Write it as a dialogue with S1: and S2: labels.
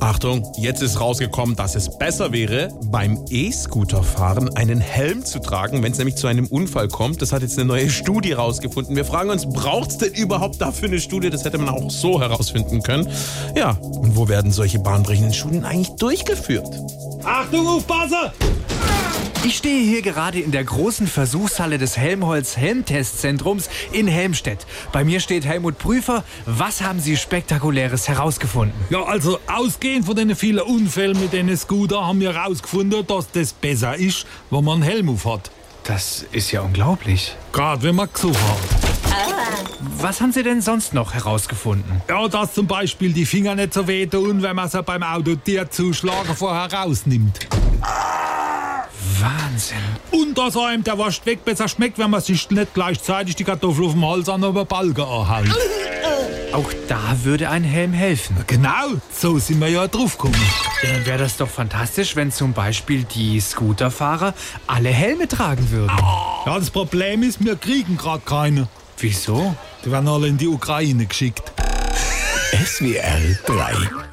S1: Achtung, jetzt ist rausgekommen, dass es besser wäre, beim E-Scooterfahren einen Helm zu tragen, wenn es nämlich zu einem Unfall kommt. Das hat jetzt eine neue Studie rausgefunden. Wir fragen uns, braucht es denn überhaupt dafür eine Studie? Das hätte man auch so herausfinden können. Ja, und wo werden solche bahnbrechenden Studien eigentlich durchgeführt?
S2: Achtung, Aufpasser!
S3: Ich stehe hier gerade in der großen Versuchshalle des Helmholtz Helmtestzentrums in Helmstedt. Bei mir steht Helmut Prüfer. Was haben Sie Spektakuläres herausgefunden?
S2: Ja, also ausgehend von den vielen Unfällen mit den Scooter haben wir herausgefunden, dass das besser ist, wenn man einen Helm auf hat.
S3: Das ist ja unglaublich.
S2: Gerade wenn man gesucht hat.
S3: Was haben Sie denn sonst noch herausgefunden?
S2: Ja, dass zum Beispiel die Finger nicht so wehtun, wenn man sie beim Autotierzuschlagen vorher rausnimmt.
S3: Wahnsinn.
S2: Und dass einem der Wurst weg besser schmeckt, wenn man sich nicht gleichzeitig die Kartoffel auf dem Hals an den Balken anhält.
S3: Auch da würde ein Helm helfen.
S2: Genau, so sind wir ja draufgekommen.
S3: Dann wäre das doch fantastisch, wenn zum Beispiel die Scooterfahrer alle Helme tragen würden.
S2: Ja, das Problem ist, wir kriegen gerade keine.
S3: Wieso?
S2: Die werden alle in die Ukraine geschickt.
S4: SWR 3